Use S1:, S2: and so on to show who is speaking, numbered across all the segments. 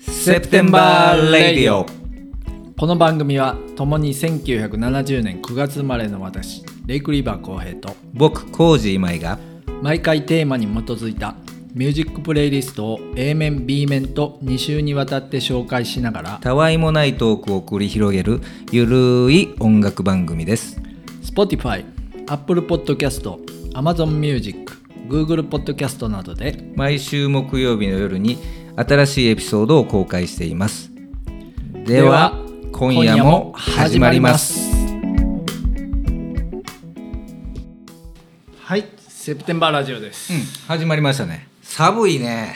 S1: セプテンバーレディオ
S2: この番組は共に1970年9月生まれの私レイク・リーバー浩平と
S1: 僕コージ今井が
S2: 毎回テーマに基づいたミュージックプレイリストを A 面 B 面と2週にわたって紹介しながら
S1: たわいもないトークを繰り広げるゆるい音楽番組です
S2: Spotify、Apple Podcast、Amazon Music、Google Podcast などで
S1: 毎週木曜日の夜に新しいエピソードを公開していますでは
S2: では
S1: 今夜も始まります
S2: はい、セプテンバーラジオです、
S1: うん始まりましたね寒いね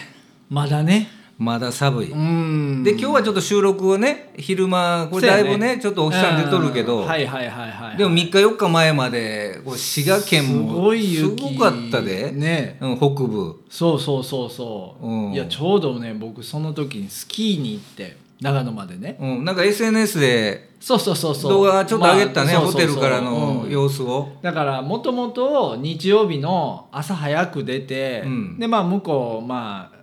S2: まだね
S1: まだ寒い、
S2: うん
S1: で今日はちょっと収録をね昼間これだいぶねちょっとお日さん出とるけど、
S2: うんはいはいはいはい
S1: でも3日4日前までこう滋賀県も
S2: すごい
S1: す
S2: 雪
S1: ごかったで、
S2: ね
S1: うん、北部
S2: そうそうそうそう、
S1: うん
S2: いやちょうどね僕その時にスキーに行って長野までね
S1: うん、なんか SNS で
S2: そうそうそうそう
S1: 動画ちょっと上げたね、
S2: まあ
S1: ホテルからの
S2: うん
S1: 様子を、
S2: だからもともと日曜日の朝早く出て、
S1: うん
S2: でまあ向こう、まあ、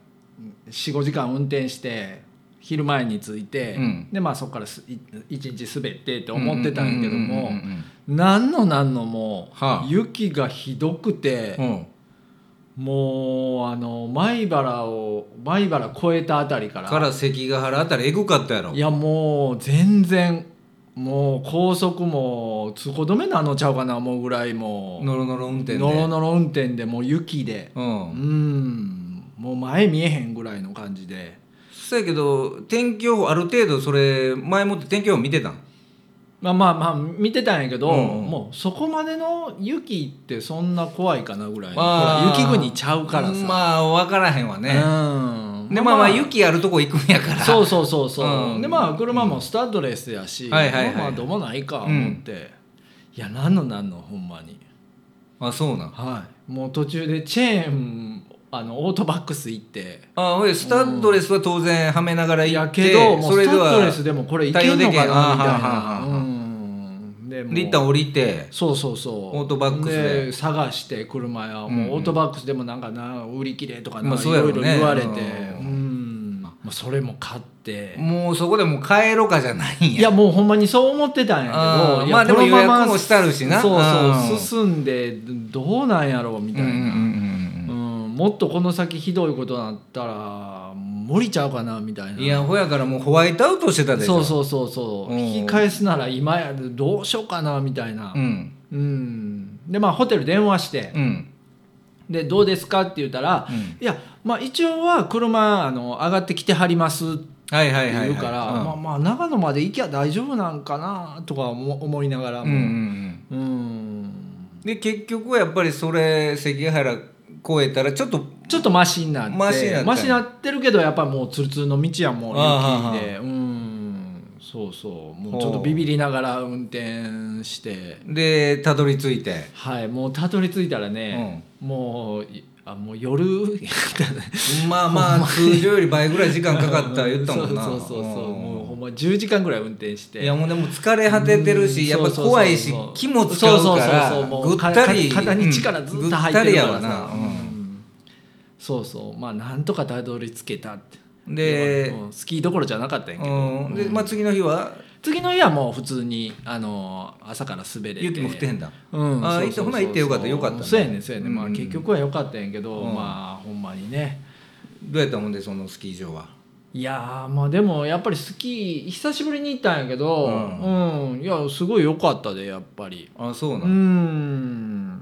S2: 45時間運転して昼前に着いて、
S1: うん
S2: でまあそこからすい一日滑ってって思ってたんやけど
S1: う
S2: も
S1: んうんうんうん
S2: なんのなんのもう、
S1: はあ
S2: 雪がひどくて。
S1: うんうん
S2: もうあの米原を米原越えたあたりから
S1: から関ヶ原あたりえぐかったやろ
S2: いやもう全然もう高速も通行止めなのちゃうかな思うぐらいもう
S1: ノロノロ運転で
S2: ノロノロ運転でもう雪で
S1: う
S2: うんんもう前見えへんぐらいの感じで
S1: そうやけど天気予報ある程度それ前もって天気予報見てたん
S2: まあまあまあ見てたんやけど、
S1: うんうん
S2: もうそこまでの雪ってそんな怖いかなぐらいの
S1: あー
S2: ほら雪国ちゃうからさ、
S1: まあ分からへんわね、
S2: うん
S1: でまあまあ雪あるとこ行くんやから
S2: そうそうそうそう、
S1: うん
S2: でまあ車もスタッドレスやし、
S1: はいはいはい
S2: まあまあどうもないか思って、いやなんのなんのほんまに
S1: あそうなん
S2: はいもう途中でチェーンあのオートバックス行って
S1: あほいでスタッドレスは当然はめながら行
S2: や
S1: って、
S2: けどもう
S1: そ
S2: ス
S1: れ
S2: タ
S1: で
S2: ッドレ
S1: は
S2: スでもこれいけんのかなみたい
S1: 対応できへんあーは
S2: な
S1: あはあはあ
S2: うんでもう
S1: で一旦降りて
S2: そうそうそう
S1: オートバックスで
S2: 探して車や
S1: うんう
S2: も
S1: ん
S2: うオートバックスでもなんかな売り切れとか
S1: ま
S2: な
S1: あ
S2: い
S1: そうやろ
S2: ろ
S1: う
S2: いろ
S1: ね
S2: 言われて
S1: う
S2: うんんまあそれも買って
S1: もうそこでもう帰ろかじゃないんや
S2: いやもうほんまにそう思ってたんやけ
S1: あ
S2: ど
S1: ー
S2: いや
S1: まあでも
S2: このまま
S1: 予約もしたるしな
S2: そうそう
S1: うん
S2: 進んでどうなんやろうみたいな、
S1: う
S2: うん
S1: うんうんうん
S2: んもっとこの先ひどいことになったら無理ちゃうかなみたい
S1: うん
S2: ない
S1: やほやからもうホワイトアウトしてたでしょ
S2: そうそうそうそう
S1: うん
S2: 引き返すなら今やでどうしようかなみたいな
S1: うん
S2: うん、でまあホテル電話して
S1: う、ん
S2: でどうですかって言ったら、
S1: うん
S2: いやまあ一応は車あの上がってきてはります
S1: はいは
S2: っ
S1: い
S2: て
S1: はいはい
S2: 言うから、
S1: うん
S2: まあまあ長野まで行きゃ大丈夫なんかなとか思思いながら
S1: うんうんう
S2: も、
S1: ん
S2: うーん
S1: で結局はやっぱりそれ関ヶ原越えたらちょっと
S2: ちょっとマシになって
S1: マシになったんや
S2: マシになってるけどやっぱりもうツルツルの道はも
S1: ああ
S2: う雪でうーんそうそうもうちょっ
S1: ほう
S2: とビビりながら運転して
S1: でたどり着いて
S2: はいもうたどり着いたらね、もういあもう夜
S1: まあまあ通常より倍ぐらい時間かかった言ったもんな
S2: そうそうそ
S1: う
S2: うそう
S1: ん
S2: もうほんま10時間ぐらい運転して
S1: いやもうでも疲れ果ててるしやっぱ怖いし気も使うから
S2: そうそうそうそうも
S1: ぐ
S2: う
S1: ったり
S2: かか肩に力ずっと入ってるから
S1: うんぐったりやわ
S2: さ
S1: な
S2: う
S1: うん
S2: んそうそうまあなんとかたどり着けたって
S1: で
S2: うんスキーどころじゃなかったんやけど、
S1: うんでまあ次の日は
S2: 次の日はもう普通にあの朝から滑れて
S1: 雪も降ってへんだ
S2: うん
S1: あー
S2: そうそうそう
S1: ほな行ってよかったよかったね
S2: そうやねんそうやねん、ま
S1: う
S2: あ
S1: ん
S2: 結局はよかったんやけど、
S1: うん
S2: まあほんまにね
S1: どうやったもんでそのスキー場はい
S2: やーまあでもやっぱりスキー久しぶりに行ったんやけど
S1: う
S2: うん、いやすごい良かったでやっぱり
S1: あそうな
S2: う
S1: の
S2: ん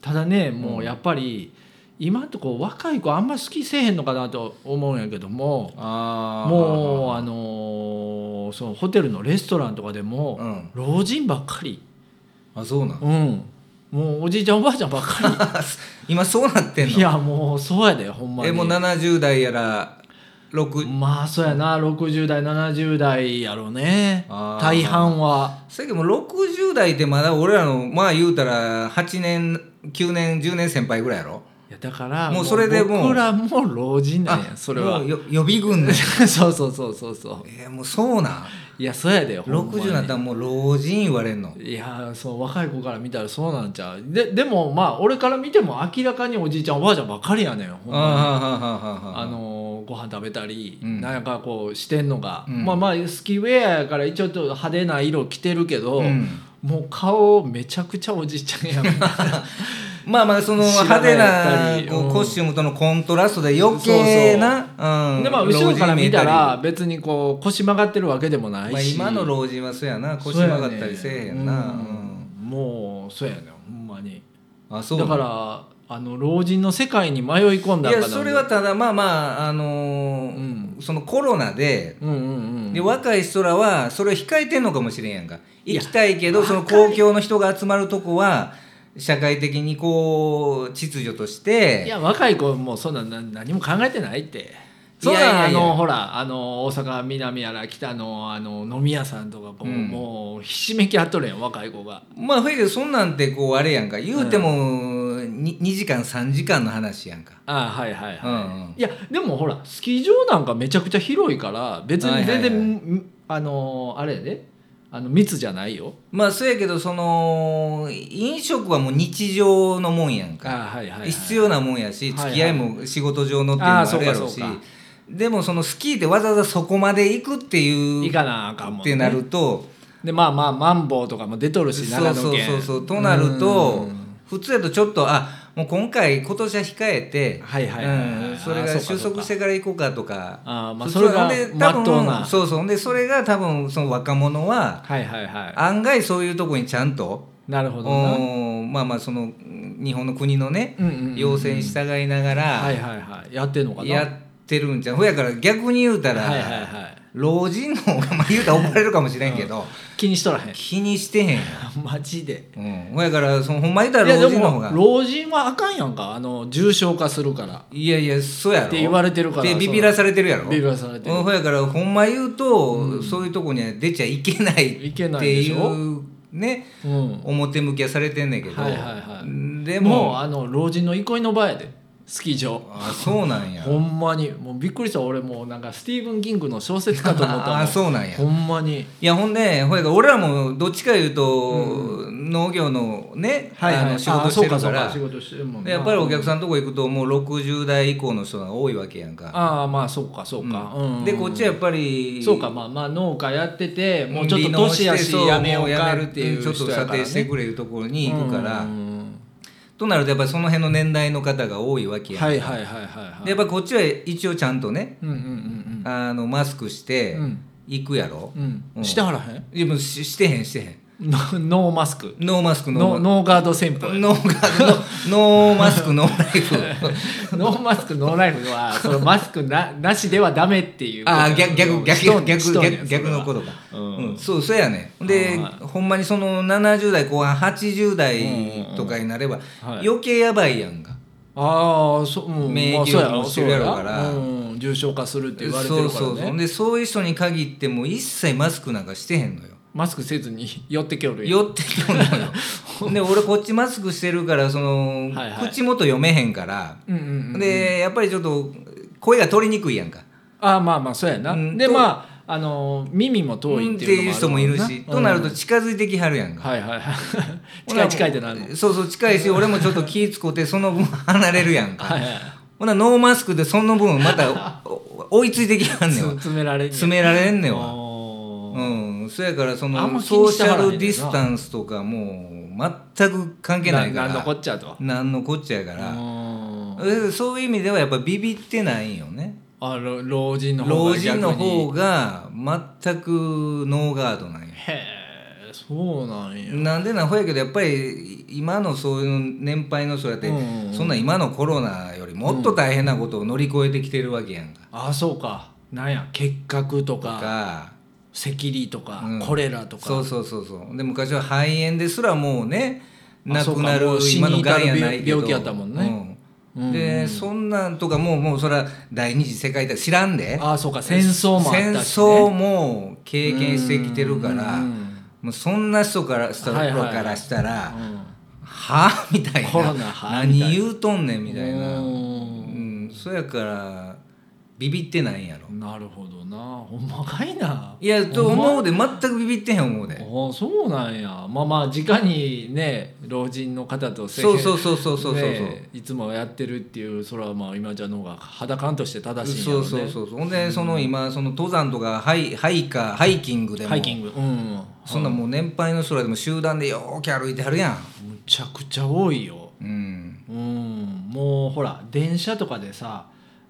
S2: ただねもうやっぱり、今んとこ若い子あんま好きせえへんのかなと思うんやけども
S1: あー
S2: もうあのーそのホテルのレストランとかでも、
S1: うん
S2: 老人ばっかり、
S1: あそうなの
S2: うん、もうおじいちゃんおばあちゃんばっか
S1: 今そうなってん
S2: り
S1: の
S2: いやもうそうやでほんまに
S1: えもう70代やら6
S2: まあそうやな60代70代やろうね
S1: あー
S2: 大半は
S1: そやけどもう60代ってまだ俺らのまあ言うたら8年9年10年先輩ぐらいやろ
S2: いやだから
S1: もうそれでもう
S2: 僕らも老人なんや
S1: あ
S2: それは
S1: もうよ予備軍で
S2: そう そうそうそうそう
S1: えーもうそうなん
S2: いやそうやでほんまに
S1: 60になったらもう老人言われんの
S2: いやーそう若い子から見たらそうなんちゃうででもまあ俺から見ても明らかにおじいちゃんおばあちゃんばっかりやねんほんまに
S1: あ
S2: あのーのご飯食べたり、
S1: うん
S2: なんかこうしてんのが、
S1: うん
S2: まあまあスキーウェアやから一応ちょっと派手な色着てるけど、
S1: うん
S2: もう顔めちゃくちゃおじいちゃんやん
S1: まあまあその
S2: 知
S1: 派
S2: らない
S1: 手
S2: やったり
S1: なこ
S2: うん
S1: うコスチュームとのコントラストで余計なうん
S2: でまあ後ろから見たら
S1: 老人
S2: 別にこう腰曲がってるわけでもな
S1: 見えた
S2: い
S1: り
S2: し、
S1: まあ今の老人はそうやな腰曲がったりせえへんな
S2: そうやねうんもうそうやねんほんまに
S1: うんあそう
S2: だからあの老人の世界に迷い込んだ
S1: い
S2: んか
S1: や
S2: な
S1: それはただまあまああの
S2: う
S1: ー
S2: ん
S1: そのコロナで
S2: うんうん
S1: で
S2: うん
S1: 若い人らはそれを控えてんのかもしれんやんか
S2: いや
S1: 行きたいけどその公共の人が集まるとこは社会的にこう秩序とし
S2: い
S1: て
S2: や若い子もそんなな何も考えてないってそ
S1: い
S2: ん
S1: やい
S2: な
S1: や
S2: あ
S1: いや
S2: のほらあの大阪南やら北のあの飲み屋さんとかこう、
S1: うん
S2: もうひしめき合っとるやん若い子が
S1: まあほいでそんなんてこうあれやんか言うてもに 2, 時間3時間の話やんか、
S2: ああはいはい
S1: うん
S2: はい、
S1: うん
S2: いやでもほらスキー場なんかめちゃくちゃ広いから別に
S1: は
S2: 全然、
S1: いはいは
S2: んあのあれやであの密じゃないよ
S1: まあそうやけどその飲食はもう日常のもんやんか
S2: ああはいはい、はい、
S1: 必要なもんやし
S2: はいはい
S1: 付き合いも仕事上のっていうのもあるやろうし
S2: あーそうか
S1: でもそのスキーでわざわざそこまで行くっていう
S2: いかなあかんもん、
S1: っ
S2: ね、
S1: てなると
S2: でまあまあマンボウとかも出とるし
S1: そ
S2: 長
S1: うそ
S2: 野
S1: う
S2: 県
S1: そうそうとなると
S2: うん
S1: 普通やとちょっとあもう今回今年は控えて
S2: はいはいはいはい
S1: うんそれ
S2: あ
S1: が
S2: ーそ
S1: 収
S2: うかそうか
S1: 束してから行こうかとか
S2: あーまあ
S1: 普
S2: そ
S1: 通
S2: れが
S1: ほんで
S2: まっとうな
S1: そうそうほんでそれが多分その若者は
S2: はいはいは
S1: 案外そういうとこにちゃんと
S2: いなるほどな
S1: おーまあまあその日本の国のね
S2: うんうんうん
S1: 要請に従いながら
S2: はいはいはいやってんのかな
S1: やってるんじゃんほやから逆に言うたら、
S2: はいはいはい
S1: 老人の方がまあ言うたら怒られるかもしれんけど、
S2: 気にしとら へん
S1: 気にしてへんよ、
S2: マジで
S1: うん、ほやからそのほんま言うた
S2: い
S1: ら
S2: やで
S1: 老人の方
S2: も
S1: が
S2: 老人はあかんやんかあの重症化するから
S1: いやいやそうやろ
S2: って言われてるから
S1: でビビらされてるやろ
S2: ビビらされてる
S1: うんほやからほんま言うと、そういうとこには出ちゃいけない
S2: い
S1: っ
S2: けない
S1: て
S2: でし
S1: い
S2: ょ
S1: うね
S2: うん
S1: 表向きはされてんねんけど、
S2: はいはいはい
S1: で
S2: で
S1: も
S2: もうあの老人の憩いの場やでスキー場
S1: あそうなんや
S2: ほんまにもうびっくりした俺もうなんかスティーブン・キングの小説かと思ったも ん
S1: あそうなんや
S2: ほんまに
S1: いやほんでほやから俺らもどっちか言うと、農業のね、あの仕事してるから
S2: あそうかそうか仕事してるもん
S1: で
S2: な
S1: やっぱりお客さんのとこ行くともう60代以降の人が多いわけやんか、
S2: ああまあそうかそうか、うん
S1: でこっちはやっぱり
S2: そうかまあまあ農家やっててもうちょっと
S1: 離農
S2: 年や
S1: て
S2: し
S1: そう
S2: やめよ
S1: も
S2: う
S1: や
S2: か
S1: める
S2: っ
S1: って
S2: て
S1: い
S2: いうう
S1: ちょっと査定してく
S2: れ
S1: れるところに行くから、
S2: うん
S1: となるとやっぱりその辺の年代の方が多いわけやん、
S2: はいはいはいはいはい
S1: でやっぱこっちは一応ちゃんとね
S2: うんうんうん
S1: あのマスクして
S2: うん
S1: 行くやろ、
S2: うんう
S1: うんん
S2: してはらへん
S1: いやもうししてへんしてへん
S2: ノ ノーマスク
S1: ノーマスクノ
S2: ノ
S1: ーマ
S2: ノーガード旋風
S1: ノーガノーマスクノーライフ
S2: ノーマスクノーライフはそのマスクななしではダメっていう
S1: あー逆逆逆
S2: しとん
S1: 逆
S2: しとんね
S1: 逆
S2: んそれは
S1: 逆のことか、
S2: うん
S1: うんそうそうやねで
S2: は
S1: ほんまにその70代後半80
S2: うんうんうん
S1: 代とかになれば
S2: はい
S1: 余計やばいやんか、
S2: ああそう、うん、
S1: 免疫
S2: まあそうやろ
S1: 力もしてるやろ
S2: そう
S1: から
S2: うん、重症化するって言われて
S1: そ
S2: る
S1: う
S2: からね
S1: そうそうでそういう人に限ってもう一切マスクなんかしてへんのよ
S2: マスクせずに 寄ってきょるやん
S1: 寄ってきよんのよほん で俺こっちマスクしてるからその、
S2: はいはい
S1: 口元読めへんから、
S2: うんうんうん、
S1: でやっぱりちょっと声が取りにくいやんか
S2: ああまあまあそうやな、
S1: うん
S2: で
S1: と
S2: まああのー耳も遠い
S1: っ
S2: っててい
S1: いう
S2: う
S1: 人
S2: の
S1: も
S2: もあ
S1: い
S2: る
S1: る
S2: もん
S1: し、となると
S2: うん
S1: 近づいてきはるやんか、
S2: はいはいはい 近い近いってなるもん
S1: そうそう近 いし俺もちょっと気ぃ使ってその分離れるやんか、
S2: はいはい
S1: ほなノーマスクでその分またお追いついてきはんねん
S2: つ
S1: わ
S2: 詰められんねん
S1: 詰められんねんわ
S2: おー
S1: うんそやからそ
S2: あんま
S1: の
S2: 気
S1: ソ
S2: に
S1: ー
S2: して
S1: シ
S2: は
S1: ャ
S2: らへんねんな
S1: ルディスタンスとかもう全く関係ないから
S2: ななんのこっちゃと
S1: なんのこっちゃやから
S2: うん
S1: えそういう意味ではやっぱビビってないんよね
S2: あろ老人の方
S1: 老
S2: が逆
S1: 人
S2: に
S1: の方が全くノーガードなんや
S2: へえそうなんや
S1: なんでなんほやけどやっぱり今のそういう年配の人だって、
S2: うんうん
S1: そんな今のコロナよりもっと大変なことを乗り越えてきてるわけやんか。
S2: あそうかなんや結核
S1: と
S2: とか
S1: か
S2: 赤痢とか、
S1: うん
S2: コレラとか
S1: そうそうそうそうで昔は肺炎ですらもうね
S2: あ
S1: 亡
S2: そう
S1: く
S2: か
S1: なる
S2: もう死
S1: 今の
S2: に至
S1: が
S2: る
S1: んや
S2: 病
S1: ないけど
S2: 病気やったもんね、
S1: う
S2: うん
S1: でそんなんとかもうもうそれは第二次世界大戦知らんで
S2: あそうか戦争もあったし、ね、
S1: 戦争も経験してきてるから
S2: うんうん
S1: もうそんな人からしたら,、
S2: はいはいはい
S1: からしたら
S2: う、ん
S1: はあみたいな
S2: コロナはあみたいな
S1: 何言うとんねんみたいな
S2: う
S1: うんんそやからビビってないんやろ
S2: なるほどなほんまかいない
S1: やと
S2: ほんま
S1: 思うで全くビビってへん思う
S2: あ
S1: で
S2: ーそうなんやまあまあ直にね老人の方と
S1: そうそううそうそうそうそうそう、
S2: いつもやってるっていうそれはまあ今ちゃんの方が肌感として正しいんや
S1: そ
S2: ろ
S1: う
S2: ね
S1: そうそうそうほんでその今その登山とかハイハイカーハイキングでも
S2: ハイキングうん
S1: そんなもう年配の人らでも集団でよーき歩いてはるや
S2: むちゃくちゃ多いよ
S1: んうん
S2: うんもうほら電車とかでさ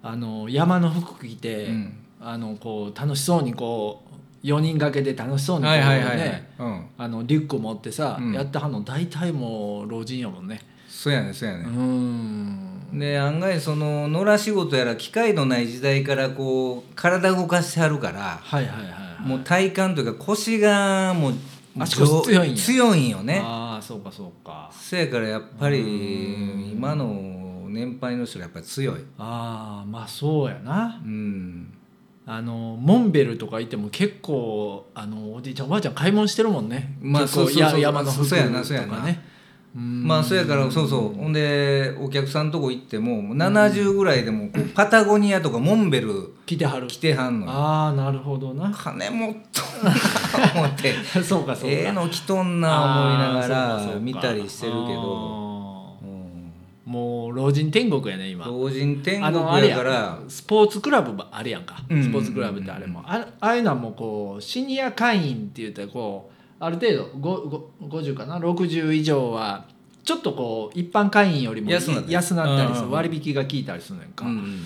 S2: あの山の服着て、
S1: うん
S2: あのこう楽しそうにこう4人掛けで楽しそうにこう
S1: は
S2: ね、
S1: いはいはいはいうん
S2: あのリュック持ってさ、
S1: うん
S2: やってはんの大体もう老人やもんね
S1: そうやねそうや
S2: う
S1: ね、
S2: ん
S1: で案外その野良仕事やら機械のない時代からこう体動かしてはるから
S2: はいはいはいはい
S1: もう体幹というか腰がもう
S2: 足腰強いんや
S1: 強いんよね
S2: ああそうかそうか
S1: そやからやっぱり今の年配の人がやっぱり強い
S2: ああまあそうやな
S1: うん
S2: あのモンベルとかいても結構あのおじいちゃんおばあちゃん買い物してるもんね
S1: まあ
S2: 結構
S1: そうそうそう
S2: や山の服と
S1: そうやなそうや
S2: か
S1: な
S2: ねうん
S1: まあそやからそうそうほんでお客さんとこ行ってももう70ぐらいでもこうパタゴニアとかモンベル
S2: 着てはる
S1: 着てはんのよ
S2: ああなるほどな
S1: 金持っとんな思って
S2: そうかそうか、
S1: ええの着とんな思いな
S2: あー
S1: が
S2: そうかそう
S1: ら
S2: か
S1: 見たりしてるけど、う
S2: あ
S1: ん
S2: ーもう老人天国やね今
S1: 老人天
S2: あ
S1: 国
S2: のあれ
S1: や
S2: や
S1: から
S2: スポーツクラブもあるやんか
S1: うん
S2: スポーツクラブってあれもあああいうのはもうこうシニア会員って言ったらこうある程度ごご50かな60以上はちょっとこう一般会員よりも
S1: 安なって
S2: 安なったりす
S1: う
S2: る
S1: ん
S2: 割引が効いたりするねんか、
S1: うん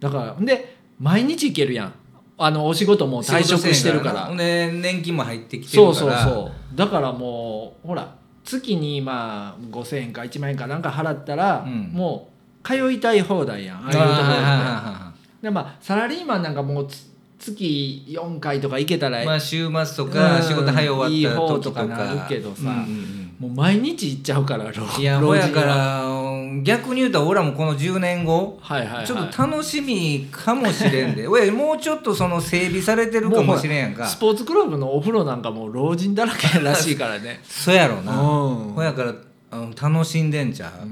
S2: だからほんで毎日行けるやんあのお仕事も退職してるから
S1: ほんで年金も入ってきてる
S2: そ
S1: から
S2: うそうそうだからもうほら月にまあ5,000円か1万円かなんか払ったら、
S1: うん
S2: もう通いたい放題やんああ
S1: あ
S2: い
S1: あ
S2: うところって。
S1: はい
S2: でまあサラリーマンなんかもうつ月4回とか行けた
S1: はい
S2: ら、
S1: はいまあ週末と
S2: うん
S1: か仕事早終わった
S2: いい方
S1: 時
S2: と
S1: と
S2: か
S1: か
S2: なるけどさ
S1: うんうん
S2: もう毎日行っちゃうから老
S1: うんいや
S2: 老
S1: ほや
S2: 人
S1: か
S2: は
S1: ら逆に言うたら俺らもこの10年後
S2: はいはい、はい、
S1: ちょっと楽しみかもしれん でおいもうちょっとその整備されてるかもしれんやんか
S2: スポーツクラブのお風呂なんかもう老人だらけらしいからね
S1: そやろ
S2: う
S1: な、
S2: ん
S1: ほやからあの楽しんでんちゃ
S2: う
S1: う、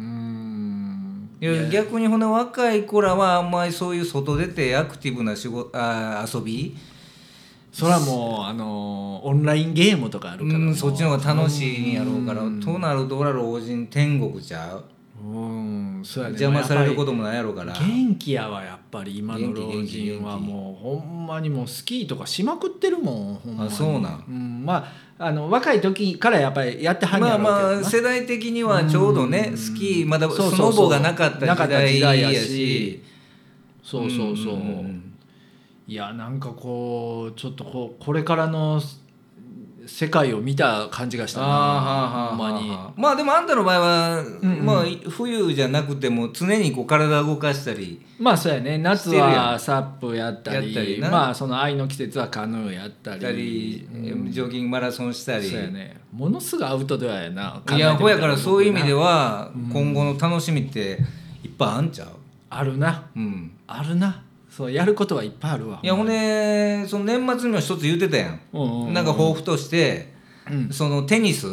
S2: ん
S1: いや逆にほな若い子らはあんまりそういう外出てアクティブな仕事あー遊び、
S2: それはもうあのーオンラインゲームとかあるから、
S1: う、
S2: もうん
S1: そっちの方が楽しいんやろうからとなると俺ら老人天国ちゃう
S2: うんそうやね
S1: 邪魔されることともないやろうから
S2: 元気やわやっぱり今の
S1: 元気
S2: 老
S1: 元気
S2: 人はもうほんまにもうスキーとかしまくってるもんほんまに
S1: あそうなん
S2: うん、まああの若い時からやっぱりやってはん
S1: ま
S2: ねや
S1: あ
S2: ろうけどな
S1: まあ世代的にはちょうどねスキーまだ
S2: そう
S1: ス
S2: そうそう
S1: ノボがなかった
S2: なか
S1: 時
S2: った時代
S1: 代
S2: や
S1: や
S2: し
S1: し
S2: そうそうそう,、
S1: んんん
S2: いやなんかこうちょっとこうこれからの世界を見た感じがしたな
S1: あーはーはーはー
S2: ほんまに
S1: まあでもあんたの場合は、
S2: うん
S1: まあ、冬じゃなくても常にこう体動かしたり
S2: まあそうやね夏
S1: してるや
S2: はサップやったり
S1: やったりな
S2: まあその愛の季節はカヌーやったり
S1: したり、
S2: うん
S1: ジョギングマラソンしたり
S2: そうやねものすごいアウトドアやない
S1: やほやからそういう意味で
S2: は
S1: は今後の楽しみっていっぱいあんちゃう
S2: あるな
S1: うん
S2: あるなそうやることはいっぱいあるわ
S1: いやほんでその年末にも一つ言ってたやん、
S2: うんうん
S1: なんか抱負として、
S2: うん
S1: そのテニス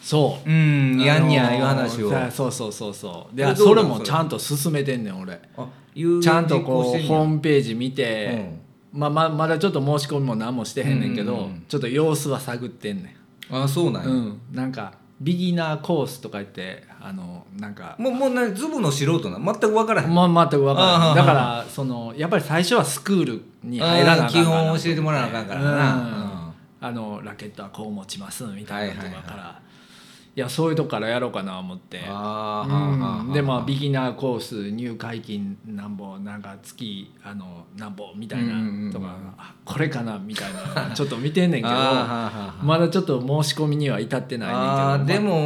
S2: そううん
S1: やんにゃいう話を、
S2: さあそうそうそうそう
S1: そ
S2: で
S1: れど
S2: そう
S1: な
S2: れ
S1: の
S2: もちゃんと進めてんねん俺
S1: あいう
S2: ちゃんとこう
S1: 実行してん
S2: ホ
S1: や
S2: ームページ見て、まあ、ままだちょっと申し込みも何もしてへんねんけど、
S1: うんうんうん
S2: ちょっと様子は探ってんね
S1: あそうなん
S2: ん、
S1: や、
S2: うん、なんかビギナーコースとか言ってあのなんか
S1: もうもうなズブの素人な全く分からへん
S2: まあ全く分から
S1: あ
S2: な
S1: あ
S2: いだからそのやっぱり最初はスクールに入らなあかん
S1: 基本教えてもらわなあかんから
S2: うん
S1: な、
S2: あのラケットはこう持ちますみたいなとこだから、
S1: はい
S2: やそういうとこからやろうかな思って
S1: ああ
S2: うんでまあビ
S1: ッ
S2: ギナーコース入会金なんぼなんか月あのなんぼみたいな
S1: うんうんうん
S2: とか、あこれかなみたいな ちょっと見てんねんけど
S1: あーはーはーはー
S2: まだちょっと申し込みには至ってな
S1: あ
S2: い
S1: ー
S2: ねんけ
S1: で
S2: どまあ
S1: も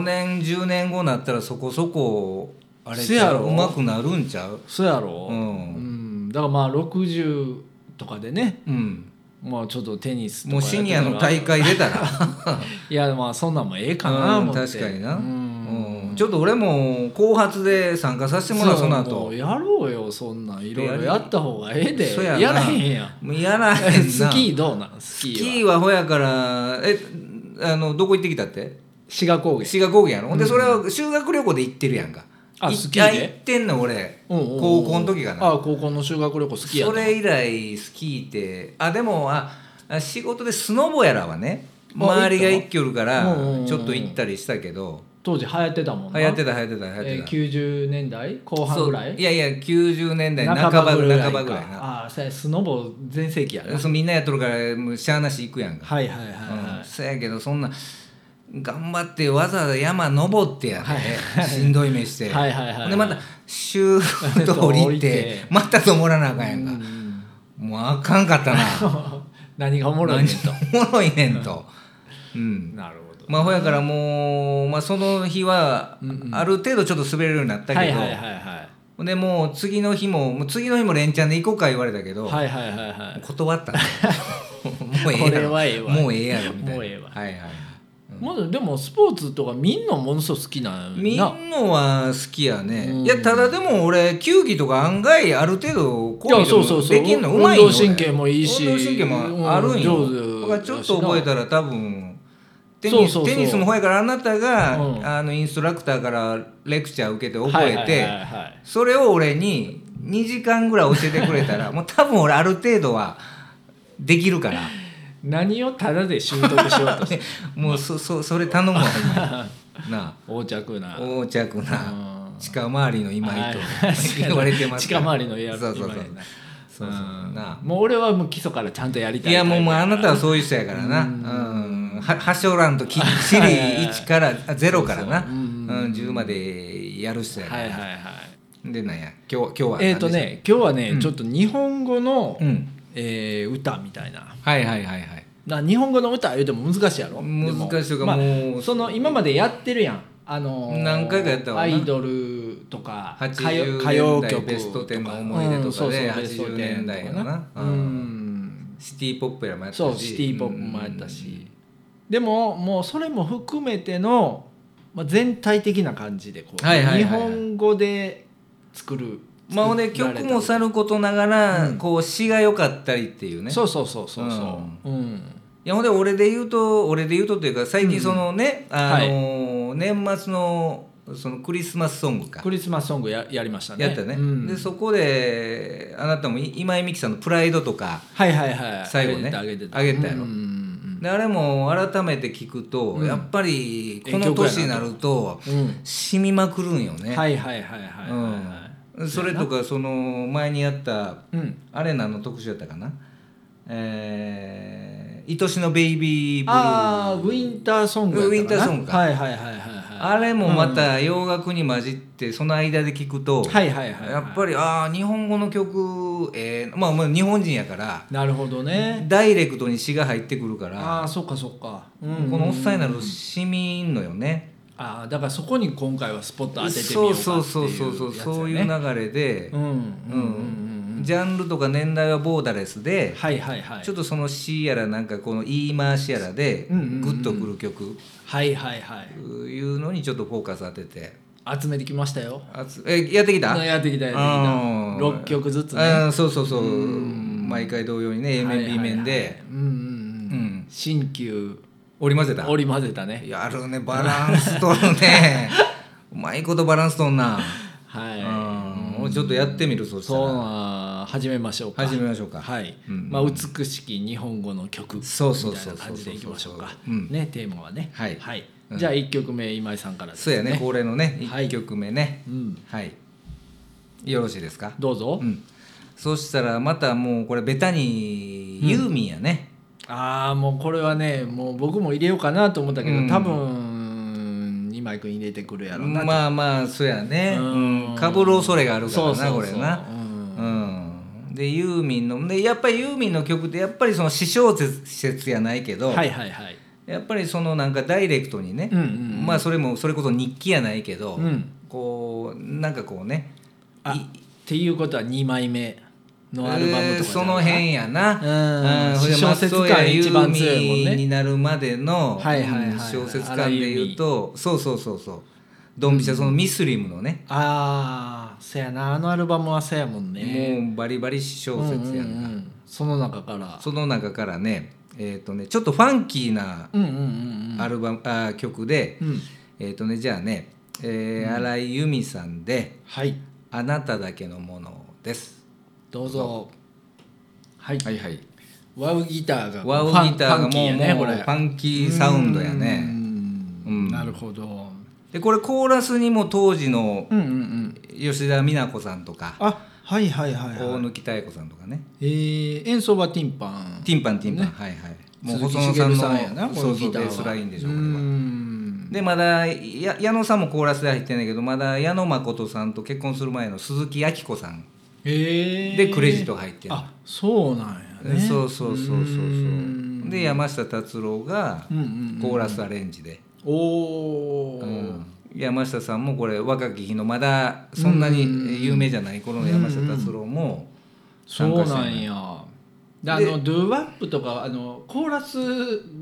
S1: 5年10年後になったらそこそこあれ
S2: せやろ
S1: うまくなるんちゃう
S2: そうやろ
S1: う
S2: うんん、だからまあ60とかでね
S1: うん
S2: まあちょっとテニスとか
S1: もうシニアの
S2: 会
S1: 大会出 たら
S2: いやまあそんなんもええかな
S1: うん
S2: 思って
S1: 確かにな
S2: う
S1: うん
S2: ん
S1: ちょっと俺も後発で参加させてもらうその
S2: も
S1: 後
S2: うやろうよそんなんいろいろやった方がええで
S1: そうやな
S2: らへ んやん
S1: もうやらへんな
S2: スキーどうなんス
S1: ス
S2: キ
S1: キ
S2: ーは
S1: ーはほやからえあのどこ行ってきたって
S2: 志賀高原
S1: 志賀高原やろほんでそれは修学旅行で行ってるやんか
S2: あ
S1: い
S2: スキーで
S1: あ行ってんの俺
S2: うんうんうん
S1: 高校の時かな
S2: あ高校の修学旅行好きや
S1: それ以来スキーってあでもああ仕事でスノボやらはね
S2: あ
S1: 周りが一挙おるから
S2: うんうんうん
S1: ちょっと行ったりしたけど
S2: 当時流行ってたもんな
S1: 流行ってた流行ってた流
S2: え
S1: 行
S2: ー
S1: って
S2: 90年代後
S1: た
S2: 半
S1: そ
S2: ぐ
S1: う
S2: らい
S1: いやいや90年代半ばぐらい半ばぐらいな
S2: ああーそうやスノボ全盛期やな
S1: そうみんなやっとるからもうしゃあなし行くやんか
S2: はいはいはい
S1: うん
S2: は
S1: そやけどそんな頑張ってわざわざ山登ってやで、しんどい目して、
S2: いはいはいはい
S1: でまたシューッと降
S2: 降
S1: り
S2: り
S1: て
S2: て
S1: また登らなあかんやんか、
S2: うん
S1: もうあかんかったな
S2: 何がおもろいねんと
S1: おもろいねんと、うん
S2: なるほど
S1: まあほやからもう、まあ、その日は
S2: うんうん
S1: ある程度ちょっと滑れるようになったけど、
S2: はいはいはいはい
S1: でもう次の日ももう次の日も連チャンで行こうか言われたけど、
S2: はいはいはいはい
S1: 断 ったのもうええやろ
S2: これはええわ
S1: もうええやろみたいな
S2: もうええわ
S1: はいはい
S2: まだでもスポーツとかみんなものすごく好きなん
S1: みん
S2: や
S1: な
S2: な
S1: は好きやね、
S2: うん
S1: いやただでも俺球技とか案外ある程度
S2: い
S1: こうい
S2: や
S1: うの
S2: そう
S1: も
S2: そうそう
S1: できんのう
S2: 運
S1: まいんよ
S2: 動神経もいいし
S1: 運動神経もあるんよ、
S2: うん
S1: だから
S2: 上手
S1: ちょっと覚えたら多分テニス
S2: そうそうそう
S1: テニスもほやからあなたが、
S2: うん
S1: あのインストラクターからレクチャー受けて覚えて、
S2: はいはいはいはい
S1: それを俺に2時間ぐらい教えてくれたらもう 多分俺ある程度はできるから
S2: 何をタダで習得しようとして
S1: もうそそそれ頼むわほんまにな
S2: 横着な
S1: あ横着な。
S2: うん
S1: 近回りの今井と
S2: はい
S1: 言われてます
S2: 近回りのや
S1: そうそうそう
S2: 今井
S1: そうそうな
S2: もう俺はもう基礎からちゃんとやりた
S1: い
S2: い
S1: やもうもう
S2: タ
S1: あ
S2: イプ
S1: な
S2: や
S1: た
S2: か
S1: はそういう人やからなうんははしょらんときっちり1からあ0からな
S2: そううそうん
S1: 10までやる人や
S2: ら
S1: か
S2: はい
S1: ら
S2: はいはい
S1: でなんや今日今日は何で
S2: え
S1: し
S2: ったとね今日はね、
S1: うん
S2: ちょっと日本語の、
S1: うん
S2: えー歌みたいな
S1: はいはいはいはい
S2: な日本語の歌言うても難しいやろ
S1: 難しいと
S2: で
S1: か
S2: もま
S1: も
S2: あ
S1: う
S2: その今までやってるやんあのー
S1: 何回かやったわな
S2: アイドルとか歌謡歌
S1: 80年
S2: 謡
S1: 代
S2: 曲
S1: ベストテンの思い出とかで80年代のなうん
S2: うそうそうベストテンとかうん
S1: シティポップやもやったし
S2: そうシティ・ポップもやったしでももうそれも含めての、まあ、全体的な感じでこう、
S1: はいはいはい
S2: 日本語で作る
S1: まあほんで
S2: 作られた
S1: 曲もさることながらこう詩が良かったりっていうね
S2: そうそうそうそうそううん
S1: いやほんで俺で言うと俺で言うとというか最近そのね、あのー年末のそのクリスマスソングか
S2: クリスマスソングややりましたね
S1: やったね、
S2: うん
S1: でそこであなたもい今井美樹さんの「プライド」とか
S2: はいはいはい
S1: 最後ね
S2: あげてた
S1: あげたやろ
S2: うんうん
S1: であれも改めて聞くと、
S2: うん
S1: やっぱりこの年になると
S2: うんうん
S1: 染みまくるんよね、
S2: はいはいはいはいはいは
S1: うん、それとかその前にやった
S2: いうん
S1: アレナの特集やったかな「えー、愛しのベイビーブルー」
S2: ああウィンターソングや
S1: ウィ
S2: ったかな
S1: ンターソングか
S2: はいはいはいはいはい
S1: あれもまた洋楽に混じってその間で聞くと、
S2: はいはいはいはい
S1: やっぱりああ日本語の曲、えーまあ、まあ日本人やから
S2: なるほどね
S1: ダイレクトに詩が入ってくるから、
S2: ああーそっかそっか、うんうん
S1: このおっさんになるとしみんのよね。
S2: ああだからそこに今回はスポット当ててみよ
S1: そうう
S2: かってい
S1: そうそ
S2: う
S1: うそうそうそういう
S2: な
S1: 流れで
S2: うん、うんうんうん
S1: ジャンルとか年代はボーダレス
S2: う
S1: で
S2: ん、はいはいはい
S1: ちょっとその詩やらなんかこの言い回しやらでグ
S2: うんうんうん
S1: ッとくる曲
S2: はいはいはい
S1: いうのにちょっとフォーカス当てて
S2: 集めてきましたよ
S1: あつえやってきた
S2: やってきたやってき
S1: うん
S2: た六曲ずつね
S1: うんそうそうそう毎回同様にね A
S2: はい
S1: 面
S2: はいはい
S1: B 面で
S2: うんうんう
S1: うんん
S2: 新旧
S1: 織り交ぜた
S2: 織り交ぜたね
S1: やるねバランス取る ねうまいことバランス取んな
S2: はい、
S1: うんもうちょっとやってみるそした
S2: そう
S1: ら
S2: あー始めましょうか
S1: 始めましょうか
S2: はい、
S1: うん
S2: まあ美しき日本語の曲みたい
S1: そうそうそう
S2: な感じでいきましょうか
S1: そうそうそうそううん
S2: ねテーマはね
S1: はいうん
S2: じゃあ一曲目今井さんからです
S1: そうやね恒例のね
S2: はい
S1: 1曲目ね
S2: うん
S1: はいよろしいですか
S2: どうぞ、
S1: うんそしたらまたもうこれベタにユーミンやね
S2: ああもうこれはねもう僕も入れようかなと思ったけど、
S1: うん
S2: 多分今井君入れてくるやろうな、
S1: まあまあそうやね
S2: うん
S1: うんかぶる恐れがあるか
S2: そう
S1: ら
S2: そうそ
S1: な
S2: う
S1: これな
S2: うん
S1: うん、でユーミンのでやっぱりユーミンの曲ってやっぱりその私小説説やないけど、
S2: はいはいはい
S1: やっぱりそのなんかダイレクトにね、
S2: うんうんうん
S1: まあそれもそれこそ日記やないけど、
S2: うん
S1: こうなんかこうね
S2: あっていうことは2枚目のアルバム
S1: え
S2: と
S1: ー
S2: か
S1: その辺や
S2: うん
S1: な、うん、
S2: 小説感一番強いもん
S1: 松任谷由
S2: ね
S1: 実になるまでの、
S2: はいはいはいはい
S1: うん小説感でいうとそうそうそうそうドンピシャそのミスリムのね、
S2: ああせやなあのアルバムはせやもんね
S1: もうバリバリ小説やんか、
S2: うんうんうんその中から
S1: その中からねえっ、とねちょっとファンキーな
S2: うんうんうんうん
S1: アルバム、あー曲で、
S2: うん
S1: えっ、とねじゃあねえー、新井由美さんで
S2: はい
S1: 「あなただけのもの」です。
S2: どうぞはい、
S1: はいはい、
S2: ワウギターが
S1: ワウギターがもう,、もうパ
S2: ン
S1: ンキーサウンドや
S2: う
S1: ね。
S2: ん
S1: うん
S2: なるほど
S1: でこれコーラスにも当時の
S2: うんうんうん
S1: 吉田美奈子さんとか
S2: あはいはいはい
S1: 大
S2: はい
S1: 貫妙子さんとかね
S2: えー、演奏はティンパン
S1: ティンパンティンパン、
S2: ね
S1: はいはいも
S2: も
S1: う
S2: う
S1: 細
S2: 細
S1: 野
S2: 野
S1: さ
S2: さ
S1: んの
S2: んのやなこ
S1: そ
S2: の
S1: うそう
S2: ギター
S1: ベ
S2: は
S1: ースラインでしょ
S2: う
S1: これは。
S2: ん
S1: でまだや矢野さんもコーラスで入ってんだけどまだ矢野誠さんと結婚する前の鈴木亜希子さん
S2: えー、
S1: でクレジットが入ってる、
S2: あそうなんやね
S1: そうそうそうそうそ
S2: ん
S1: うで山下達郎が
S2: うんうん
S1: コーラスアレンジで、
S2: おお、
S1: うん山下さんもこれ若き日のまだそんなに有名じゃない頃の山下達郎も
S2: そうなんやであのドゥーワップとかあのコーラス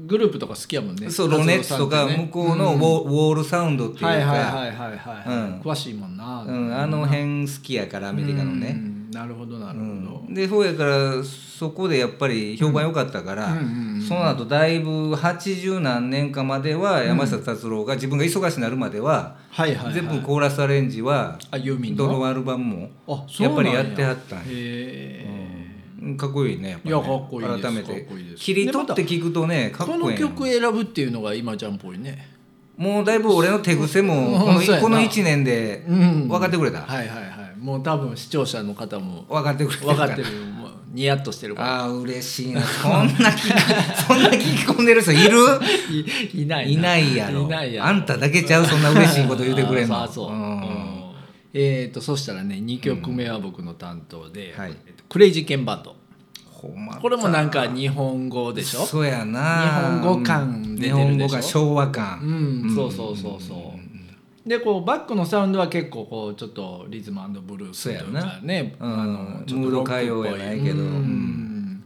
S2: グループとか好きやもんね
S1: そうロネッツとか
S2: 達郎さんってね
S1: 向こうのウォー,、ウォールサウンドっていうか、
S2: はいはいはいはいはい、
S1: うん
S2: 詳しいもんな、
S1: うん、あの辺好きやからアメリカのね、
S2: うんなるほどなるほど、
S1: うん、でそうやからそこでやっぱり評判良かったから、
S2: うんうんうんうん
S1: その後だいぶ80何年かまでは山下達郎が自分が忙しくなるまでは、
S2: はいはい、はい、
S1: 全部コーラスアレンジは
S2: あユーミン
S1: ど
S2: の
S1: のアルバムも
S2: あそう
S1: や
S2: な
S1: っ
S2: ん
S1: ぱりやってはったん
S2: へ
S1: や
S2: え
S1: うんかっこいいねやっぱ
S2: い
S1: ね
S2: やかっこいいです
S1: 改め
S2: かってこいいです
S1: 切り取って聞くとねかっこ
S2: こ
S1: いい
S2: の
S1: よ
S2: 曲選ぶっていうのが今ちゃんっぽいね
S1: もうだいぶ俺の手癖も
S2: うん
S1: この
S2: そうやな
S1: この1年で
S2: うん
S1: 分かってくれた、
S2: はいはいはいもう多分視聴者の方も
S1: 分かってくれた
S2: 分か ってるもうニヤッとしてるから
S1: ああ嬉しいなそんな聞き そんな聞き込んでる人いる
S2: いいない
S1: いないやろ
S2: いないやろ
S1: あんただけちゃうそんな嬉しいこと言うてくれんの
S2: あそうあそ
S1: ん
S2: う、うんえー、とそしたらね2曲目は僕の担当で、
S1: うんはい
S2: えっとクレイジーケンバンド
S1: ほんま
S2: これもなんか日本語でしょ
S1: そうやな
S2: 日本語感出てるでしょ
S1: 日本語感昭和
S2: う
S1: 感、
S2: ん、そうそうそうそうでこうバックのサウンドは結構こうちょっとリズムブルースというかね
S1: そうやな
S2: あ
S1: うん
S2: のちょっと
S1: ムード
S2: ロックっぽ
S1: 歌謡やないけど
S2: うん
S1: うん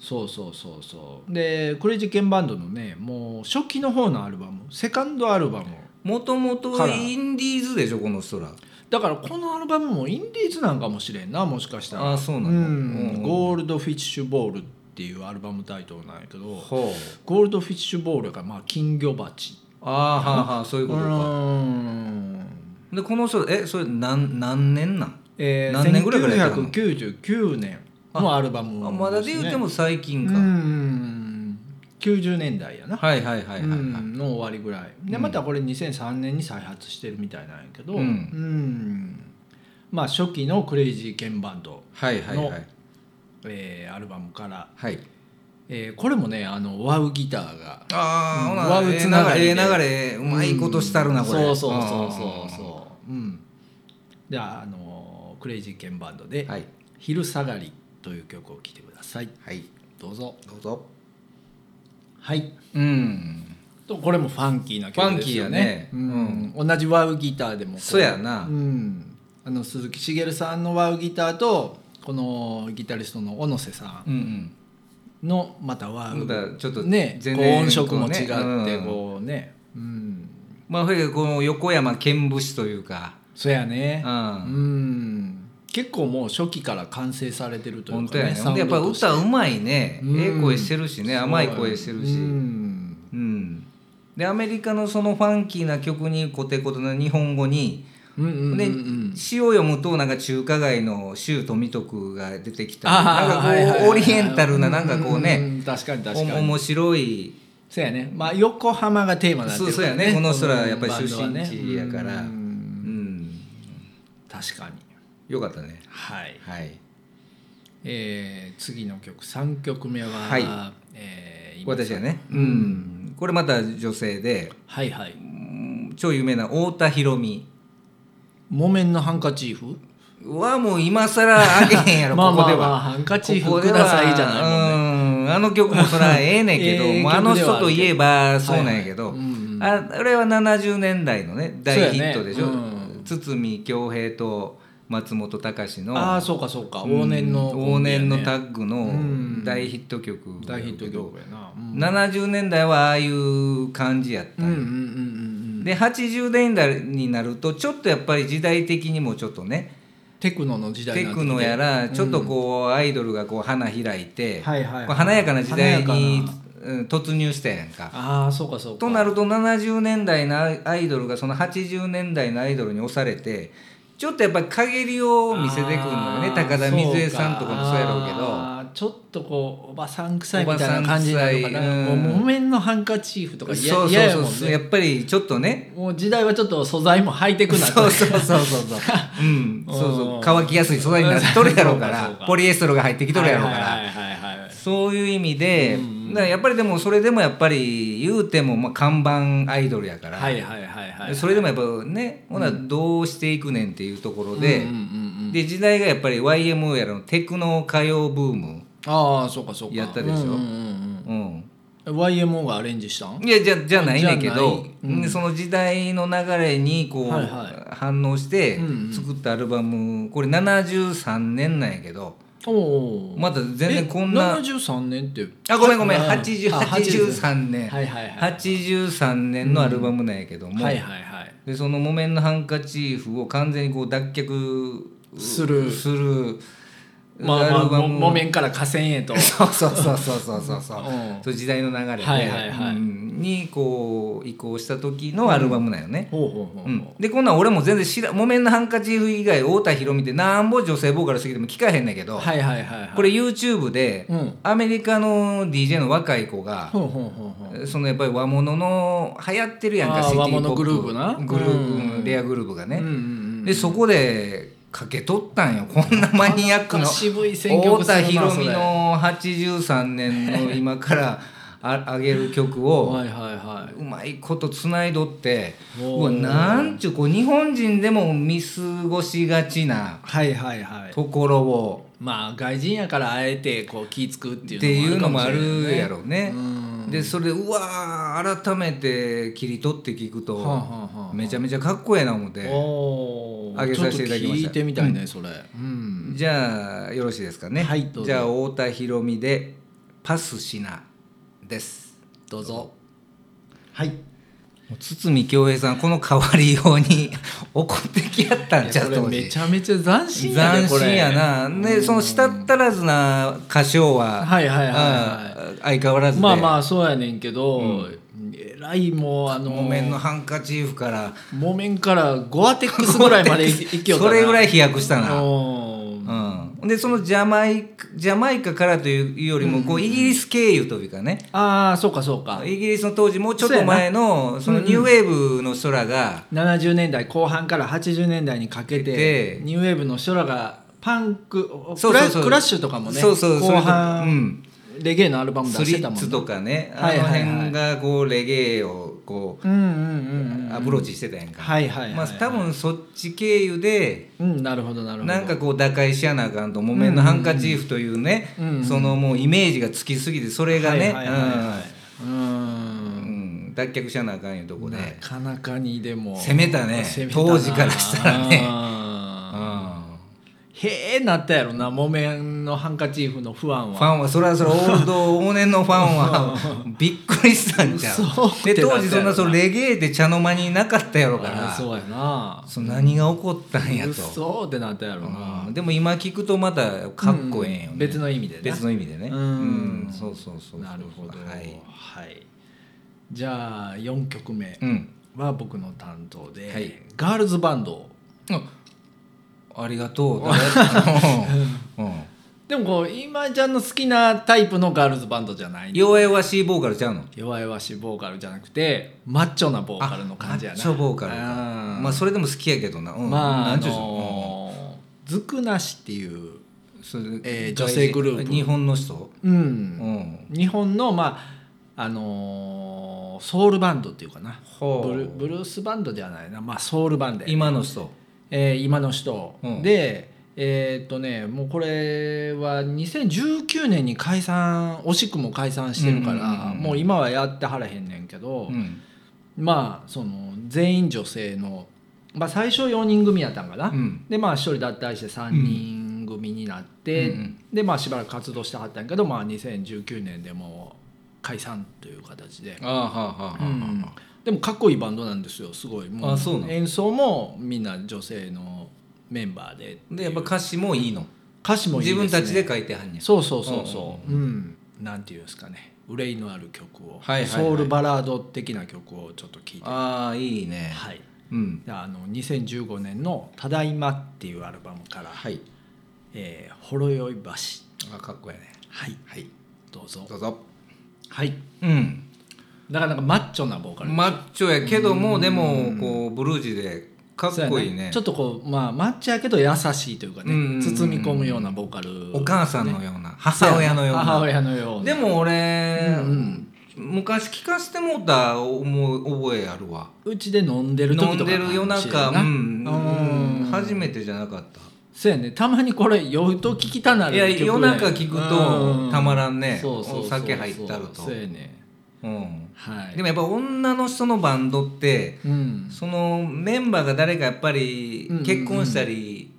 S2: そうそうそうそうでクレイジーケンバンドのねもう初期の方のアルバムセカンドアルバム
S1: もともと
S2: から
S1: インディーズでしょこの人ら
S2: だからこのアルバムもインディーズなんかもしれんなもしかしたら
S1: あそうなの
S2: ん
S1: うん
S2: ゴールドフィッシュボールっていうアルバムタイトルなんやけど
S1: ほう
S2: ゴールドフィッシュボールがまあ金魚鉢
S1: ああはあはあそういうことか
S2: ん
S1: でこの人えそれ何何年なん
S2: えー、
S1: 何年ぐらいからやってるの
S2: 1999年のアルバム
S1: あまだで言うても最
S2: う
S1: 近か、
S2: ん90年代やな、
S1: はいはいはいはいはい、
S2: うんの終わりぐらいでまたこれ2003年に再発してるみたいなんやけど、
S1: うん
S2: んまあ初期のクレイジーケンバンド、
S1: はいはいはい
S2: えーアルバムから、
S1: はい
S2: えーこれもねあのワウギターが
S1: ああ、
S2: うん
S1: ほな
S2: ワウつながり
S1: え
S2: で
S1: え流れええ流れうまいことしたるなこれ、
S2: そうそうそうそうそううんじゃあ、あのクレイジーケンバンドで
S1: はい
S2: 「昼下がり」という曲を聴いてください
S1: はい
S2: どうぞ
S1: どうぞ
S2: はい
S1: うん
S2: とこれもファンキーな曲ですよね
S1: ファンキーやね
S2: うん同じワウギターでもこう
S1: そうやな
S2: うん、あの鈴木茂さんのワウギターとこのギタリストの小野瀬さ
S1: うん
S2: んのまたワ
S1: う
S2: ウ、
S1: んまたちょっと
S2: ね
S1: 全
S2: こう
S1: 然
S2: 音色も違って
S1: うん
S2: こうねうん
S1: まあほいでこの横山剣節というか
S2: そうやね
S1: う
S2: うんん結構もう初期から完成されてるとい
S1: 本
S2: う
S1: 当
S2: か
S1: や
S2: ね
S1: ね
S2: サ
S1: ほん
S2: ウン
S1: でやっぱ
S2: ドとして
S1: 歌うまいね
S2: うん
S1: ええ声してるしね甘い声してるし
S2: うん
S1: うんでアメリカのそのファンキーな曲にコテコテの日本語に
S2: うんうんうんう
S1: で
S2: ん
S1: 詩を読むとなんか中華街の周富徳が出てきたり
S2: あ
S1: なん
S2: ーはいはい
S1: か
S2: はい
S1: こうオリエンタルななんかこう
S2: うんん
S1: ね
S2: ん確かに確
S1: お
S2: かに
S1: 面白い
S2: そうやねまあ横浜がテーマになって
S1: そう
S2: るか
S1: そう
S2: ら
S1: やねこの人らやっぱり出
S2: この
S1: 身
S2: バンドはね
S1: 地やからう
S2: うん
S1: ん
S2: 確かに
S1: よかったね
S2: はい、
S1: はい
S2: えー次の曲3曲目は、
S1: はい
S2: えー今
S1: 私はねうんこれまた女性で
S2: はいはい
S1: うん超有名な太田博美
S2: 木綿のハンカチーフ
S1: はもう今更あげへんやろ
S2: まあ
S1: こ
S2: ま
S1: こで
S2: あまあ
S1: は。
S2: ハンカチー
S1: ここ
S2: フ
S1: で
S2: く
S1: は
S2: ださいじゃないもんね
S1: うんあの曲もそらええねんけど、
S2: ええ
S1: もうあの人といえば
S2: 曲で
S1: そ
S2: は
S1: う
S2: あるけ
S1: なんやけど、
S2: どはいはいうんうん
S1: ああれは70年代のね大ヒットでしょ、
S2: そうやねうん
S1: 堤恭平と松本隆の
S2: ああそうかそうか
S1: うん
S2: 往年の、
S1: 往年のタ
S2: 大
S1: ッグ
S2: うん
S1: の大ヒット曲やけど
S2: ヒット曲やな、うん
S1: 70年代はああいう感じやった、
S2: うんうんうんうんうん
S1: で80年代になるとちょっとやっぱり時代的にもちょっとね
S2: テクノの時代
S1: テ
S2: になって
S1: ク
S2: きて
S1: ノやらちょっとこうアイドルがこう花開いて、
S2: はいはいはい
S1: こう華やかな時代
S2: 華
S1: に
S2: やか
S1: うん突入したやんか
S2: ああそうかそうか
S1: となると70年代のアイドルがその80年代のアイドルに押されてちょっとやっぱり陰りを見せてくるのよね
S2: あー
S1: 高田瑞生さんとかもそうやろうけ
S2: そか
S1: ど。
S2: あーちょっとこうおばさん臭いみたいな感じなのか
S1: おばさん
S2: な
S1: 臭いうん
S2: もう木綿のハンカチーフとか嫌
S1: そう
S2: 嫌や
S1: そう
S2: もん
S1: そうや
S2: ね
S1: っぱりちょっとね
S2: もう時代はちょっと素材もハイテクな
S1: そうそうそうそうそううん
S2: うん
S1: そうそう乾きやすい素材になっとるやろうか
S2: そうかそう
S1: ら
S2: か
S1: ポリエステルが入ってきとるやろうか
S2: は
S1: ら
S2: いはいはいはい
S1: そういう意味で
S2: うんうん
S1: だからやっぱりでもそれでもやっぱり言うてもまあ看板アイドルやから
S2: はいはいはいはい
S1: それでもやっぱねほなどうしていくねんっていうところ
S2: う
S1: で
S2: んうんうんうん
S1: で時代がやっぱり YMO やらのテクノ歌謡ブーム
S2: ああそうかそうか
S1: やったでしょ
S2: うんうん
S1: うん
S2: うん YMO がアレンジしたん
S1: いやじゃじゃないねんけ
S2: じゃな
S1: ど
S2: い、うん
S1: でその時代の流れにこう、
S2: はいは
S1: 反応して
S2: うんうん
S1: 作ったアルバムこれ73年なんやけど
S2: おお
S1: まだ全然こんな
S2: 73年って
S1: あごめんごめん
S2: あ
S1: 80
S2: あ
S1: 83年、
S2: はいはいはい
S1: 83年のアルバムなんやけども、
S2: はいはいはい
S1: でその「木綿のハンカチーフ」を完全にこう脱却
S2: する
S1: する
S2: まあまあも
S1: を
S2: 木綿から河川へと
S1: そうそうそうそうそうそうそう
S2: うん
S1: そういう時代の流れで、
S2: はいはいはい
S1: うんにこう移行した時のアルバムなんよね、
S2: ほうほうほうほ
S1: う
S2: うん
S1: でこんなん俺も全然知ら木綿のハンカチーフ以外太田裕美ってなんぼ女性ボーカルしてきても聞かへんねんけど、
S2: はいはいはいはい
S1: これ YouTube で、
S2: うん
S1: アメリカの DJ の若い子が、
S2: ほうほうほうほう
S1: そのやっぱり和物の流行ってるやん
S2: あ
S1: かシ
S2: ー
S1: ティ
S2: 和
S1: ポップ
S2: 物グループな
S1: グループ
S2: うん
S1: うんレアグループがね、
S2: うんうんうん
S1: でそこでかけとったんよこんなマニアックの
S2: 渋い選曲
S1: 太
S2: する
S1: 田
S2: な
S1: 裕
S2: そ
S1: 美
S2: れ
S1: の83年の今からあ上げる曲
S2: は
S1: を
S2: いはいは
S1: うまいことつないどってう
S2: お
S1: わ
S2: ー
S1: なんちゅうこう日本人でも見過ごしがちない
S2: はいはいはい
S1: ところを
S2: まあ外人やからあえてこう気つくって
S1: ってい
S2: いうう
S1: の
S2: の
S1: も
S2: も
S1: あ
S2: あ
S1: る
S2: る
S1: や
S2: やろ
S1: ろうね
S2: う。ん
S1: でそれでうわー改めて切り取って聞く
S2: はあは
S1: と
S2: あはあ
S1: めちゃめちゃかっこええな思って
S2: おー
S1: 上げさせていただきました
S2: ちょっと聞いてみたいねそれうん
S1: じゃあよろしいですかね、
S2: はいどうぞ
S1: じゃあ太田裕美で「パスしな」です
S2: どうぞはい
S1: もう堤恭平さんこの変わりように 怒ってきやったんちゃう
S2: こ
S1: と
S2: れめちゃめちゃ斬新やね
S1: 斬
S2: これ
S1: 新やなでその舌足らずな歌唱は,、
S2: はいはいはい
S1: うん相変わらずで
S2: まあまあそうやねんけど、えらいもうあの
S1: 木綿のハンカチーフから
S2: 木綿からゴアテックスぐらいまで行きよった
S1: それぐら
S2: い
S1: い飛躍した
S2: だ
S1: な。うん、でそのジャマイカジャマイカからというよりもこうイギリス経由というかね、
S2: ああそうかそうか
S1: イギリスの当時もうちょっと前のそのニューウェーブの人らが
S2: 70年代後半から80年代にかけて
S1: で
S2: ニューウェーブの人らがパンク
S1: そうそうそう
S2: クラクラッシュとかもね
S1: そうそうそう
S2: 後半、
S1: うん
S2: レゲエのアルバム
S1: ス
S2: 出し
S1: リ
S2: てた
S1: ッ
S2: もん
S1: ツ
S2: ね
S1: とかねあ
S2: はい
S1: の
S2: はいはい
S1: 辺がこうレゲエをこ
S2: うんうんうんう
S1: うんアプローチしてたやんか、
S2: はいはいはいはい
S1: まあ、多分そっち経由で
S2: うんなるほどなるほど
S1: なんかこう打開しやなあかんと「木綿のハンカチーフ」というね、
S2: うんうん
S1: そのもうイメージがつきすぎてそれがね
S2: はいはいはいはいう
S1: うんん脱却しやなあかんいうとこで
S2: なかなかにでも
S1: 攻めたね当時からしたらね
S2: ね
S1: うん
S2: へえなったやろな木綿のハンカチーフの不安
S1: フ
S2: は
S1: ァンはそれはそれオールド往年のファン はびっくりしたんちゃう
S2: そう
S1: で
S2: ってな
S1: 当
S2: った
S1: 時
S2: よ
S1: そんなそのレゲエで茶の間になかったやろか
S2: あ
S1: ら
S2: ーそうやな
S1: その何が起こったんや
S2: うっ
S1: と、
S2: そーってなったやろな
S1: うんでも今聞くとまたかっこええんよね、
S2: うん別の意味でね
S1: 別の意味でね
S2: うん
S1: うそうそうそう
S2: なるほど
S1: はい、
S2: はいじゃあ4曲目
S1: うん、
S2: は僕の担当で、
S1: はい
S2: ガールズバンド
S1: ありが とうだねうんうん
S2: でもこう今ちゃんの好きなタイプのガールズバンドじゃない
S1: 弱々しいボーカルちゃうの
S2: 弱々しいボーカルじゃなくてマッチョなボーカルの感じやな
S1: あマッチョボーカルか
S2: あー
S1: まあそれでも好きやけどな、うん、
S2: まあ、あ
S1: なんちゅうの
S2: のーずくなしっていう、
S1: うんそれ
S2: えー女性グループ
S1: 日本の人
S2: うん
S1: ん
S2: 日本の、まああのーソウルバンドっていうかな
S1: ほう
S2: ブルブルースバンドではないな、まあ、ソウルバンドや
S1: 今の人
S2: えー今の人、
S1: うん
S2: でえーっとねもうこれは2019年に解散惜しくも解散してるから、
S1: うんうんうんうん
S2: もう今はやってはらへんねんけど、
S1: うん
S2: まあその全員女性の、まあ、最初4人組やったんかな、
S1: うん
S2: でまあ1人脱退して3人組になって、
S1: うんうん
S2: でまあしばらく活動してはったんやけど、まあ、2019年でもう解散という形で、
S1: ああはあはあはあ
S2: うんでもかっこいいバンドなんですよすごいも
S1: あそうなの
S2: 演奏もみんな女性のメンバーで
S1: でやっぱ歌詞もいいの
S2: 歌詞もいい
S1: 自
S2: すね
S1: 分たちで書いてはんねや
S2: そうそうそうそううん、なんていうんですかね憂いのある曲を、
S1: はいはいはい
S2: ソウルバラード的な曲をちょっと聴いて、は
S1: ああいいね、
S2: い、
S1: うん
S2: であの2015年の「ただいま」っていうアルバムから「
S1: はい
S2: えーほろ酔い橋」
S1: あかっこいいね
S2: はい
S1: はい
S2: どうぞ
S1: どうぞ
S2: はい
S1: うん
S2: なかなかマッチョなボーカルです
S1: マッチョやけどもでもこうブルージーでかっこいい
S2: そうや
S1: ね
S2: ちょっとこうまあマッチョやけど優しいというかね、
S1: うんうんうん
S2: 包み込むようなボーカル、
S1: お母さんのような母親のよう
S2: 母
S1: な
S2: 親のような
S1: でも俺
S2: うんうん
S1: 昔聞かせてもうた思う覚えあるわ
S2: うちで飲んでる時
S1: 飲
S2: と
S1: ん
S2: か
S1: でる夜中
S2: か
S1: う
S2: も
S1: ん
S2: しれんな
S1: うん初め
S2: て
S1: てじゃなかった
S2: そうやねたまにこれ酔うと聞きたなる
S1: いや
S2: 曲
S1: 夜中聞くとたまらんね
S2: そうそうそう
S1: お酒入ったると
S2: そうやね
S1: うん
S2: はい
S1: でもやっぱ女の人のバンドって
S2: うん
S1: そのメンバーが誰かやっぱり
S2: うんうんうん
S1: 結婚したり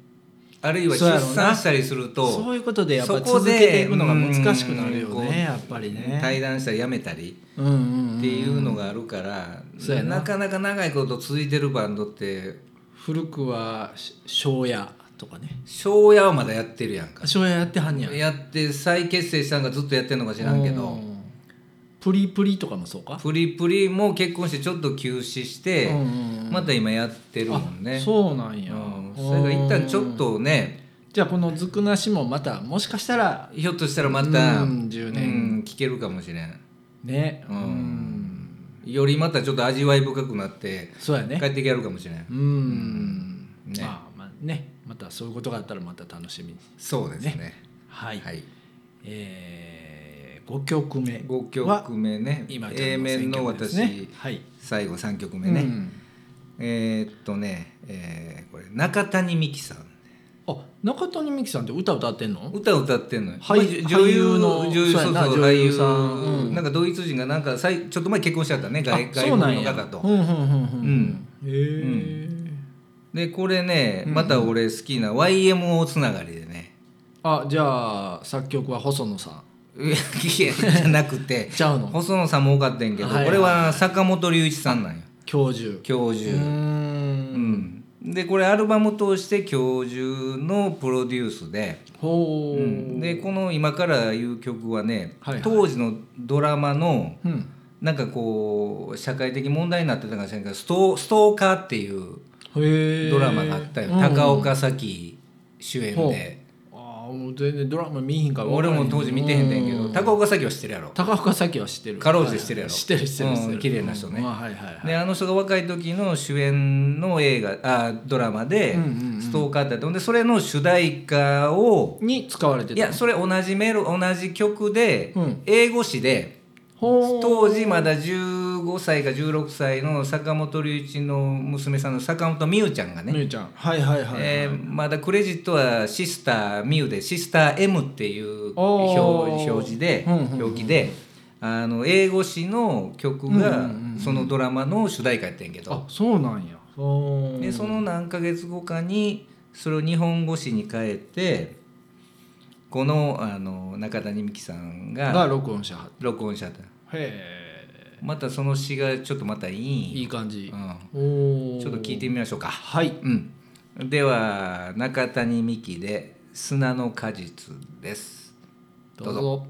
S1: あるいは
S2: そうや
S1: 出
S2: ろうな
S1: 産したりすると
S2: そういうことでやっぱ
S1: そこ
S2: 続
S1: で
S2: けていくのが難しくなるよ
S1: うんこう
S2: ねやっぱりね
S1: 対談したりやめたり
S2: うんうんん
S1: っていうのがあるから、
S2: そうやな
S1: なかなか長いこと続いてるバンドって
S2: 古くはし庄屋とかね
S1: 庄屋はまだやってるやんか
S2: 庄屋やってはんねや
S1: やって再結成したんがずっとやってんのか知らんけ
S2: う
S1: ど
S2: プリプリとかもそうか
S1: プリプリも結婚してちょっと休止して
S2: うんうんうん
S1: また今やってるもんね
S2: あそうなんや、
S1: うんそれが一旦ちょっとね
S2: じゃあこの「ずくなし」もまたもしかしたら
S1: ひょっとしたらまた
S2: うん10年
S1: うん聞けるかもしれん
S2: ね
S1: う
S2: うんん、
S1: よりまたちょっと味わい深くなって
S2: そうやね
S1: 帰ってきやるかもしれん
S2: うん、
S1: ね
S2: まあまあねまたそういうことがあったらまた楽しみに
S1: そうですね
S2: はい、
S1: はい
S2: えー、5曲目
S1: 5曲目ね
S2: 今
S1: A 面の私、
S2: はい、
S1: 最後3曲目ね、
S2: うん
S1: えーっとね、えーこれ中谷美紀さん
S2: あ中谷美紀さんって歌歌ってんの
S1: 歌歌ってんのよ、
S2: はい
S1: まあ女優
S2: 俳優の
S1: の女優
S2: そ
S1: そう
S2: うや
S1: そう
S2: な
S1: 俳
S2: 女優
S1: 優
S2: さ
S1: さ
S2: ん
S1: ん、
S2: うん
S1: なんかドイツ人がなんかさいちょっと前結婚しちゃったね外
S2: あ
S1: 外
S2: そうなん
S1: 国の
S2: や
S1: 方と
S2: うんうんうんうんへえ、
S1: でこれね
S2: うん
S1: また俺好きな YMO つながりでね、
S2: あじゃあ作曲は細野さん
S1: いやじゃなく て
S2: ちゃうの
S1: 細野さんも多かったんやけど、
S2: はいはい
S1: これは坂本龍一さんなんよ
S2: 教授
S1: 教
S2: う
S1: 授、
S2: ー
S1: うんん、でこれアルバム通して教授のプロデュースで,、
S2: ほう、
S1: うん、でこの今から言う曲はね、
S2: はいはい
S1: 当時のドラマの
S2: うん
S1: なんかこう社会的問題になってたかもしれないけどストストーカーっていう
S2: へえ
S1: ドラマがあったよ、
S2: うん
S1: 高岡早紀主演で、
S2: ああもう全然ドラマ見えへんから分か
S1: 俺
S2: らへん
S1: も当時見てへんねんけど、
S2: う
S1: 高岡早紀は知ってるやろ、
S2: 高岡早紀は知ってる
S1: かろうじて知ってるやろ
S2: はい知ってる知ってる知って
S1: う
S2: る
S1: ん綺麗な人ね
S2: うんあはいはいはい
S1: であの人が若い時の主演の映画あドラマで
S2: うんうんうん
S1: ストーカーだってほんでそれの主題歌を
S2: に使われてた
S1: いやそれ同じメロ同じ曲で、
S2: うん
S1: 英語詞で
S2: ほう
S1: 当時まだ15歳か16歳の坂本龍一の娘さんの坂本美羽ちゃんがね、
S2: みゆちゃんはいはいはいはい、
S1: えーまだクレジットはシスターミュでシスター M っていう
S2: お
S1: 表
S2: ー
S1: 表示で
S2: うんうんうんうん
S1: 表記であの英語詞の曲
S2: う
S1: が
S2: んうんうんうん
S1: そのドラマの主題歌やってんけ
S2: あ
S1: ど
S2: そうなんやほう
S1: でその何ヶ月後かにそれを日本語詞に変えてこのあの中谷美紀さん
S2: が
S1: が
S2: 録音しはっ
S1: 録音しちゃった
S2: へ
S1: またその詞がちょっとまたい
S2: えい
S1: い
S2: い感じ
S1: う
S2: お
S1: ん、
S2: お
S1: ちょっと聞いてみましょうか。
S2: はい
S1: うん、では中谷美紀で「砂の果実」です
S2: どうぞ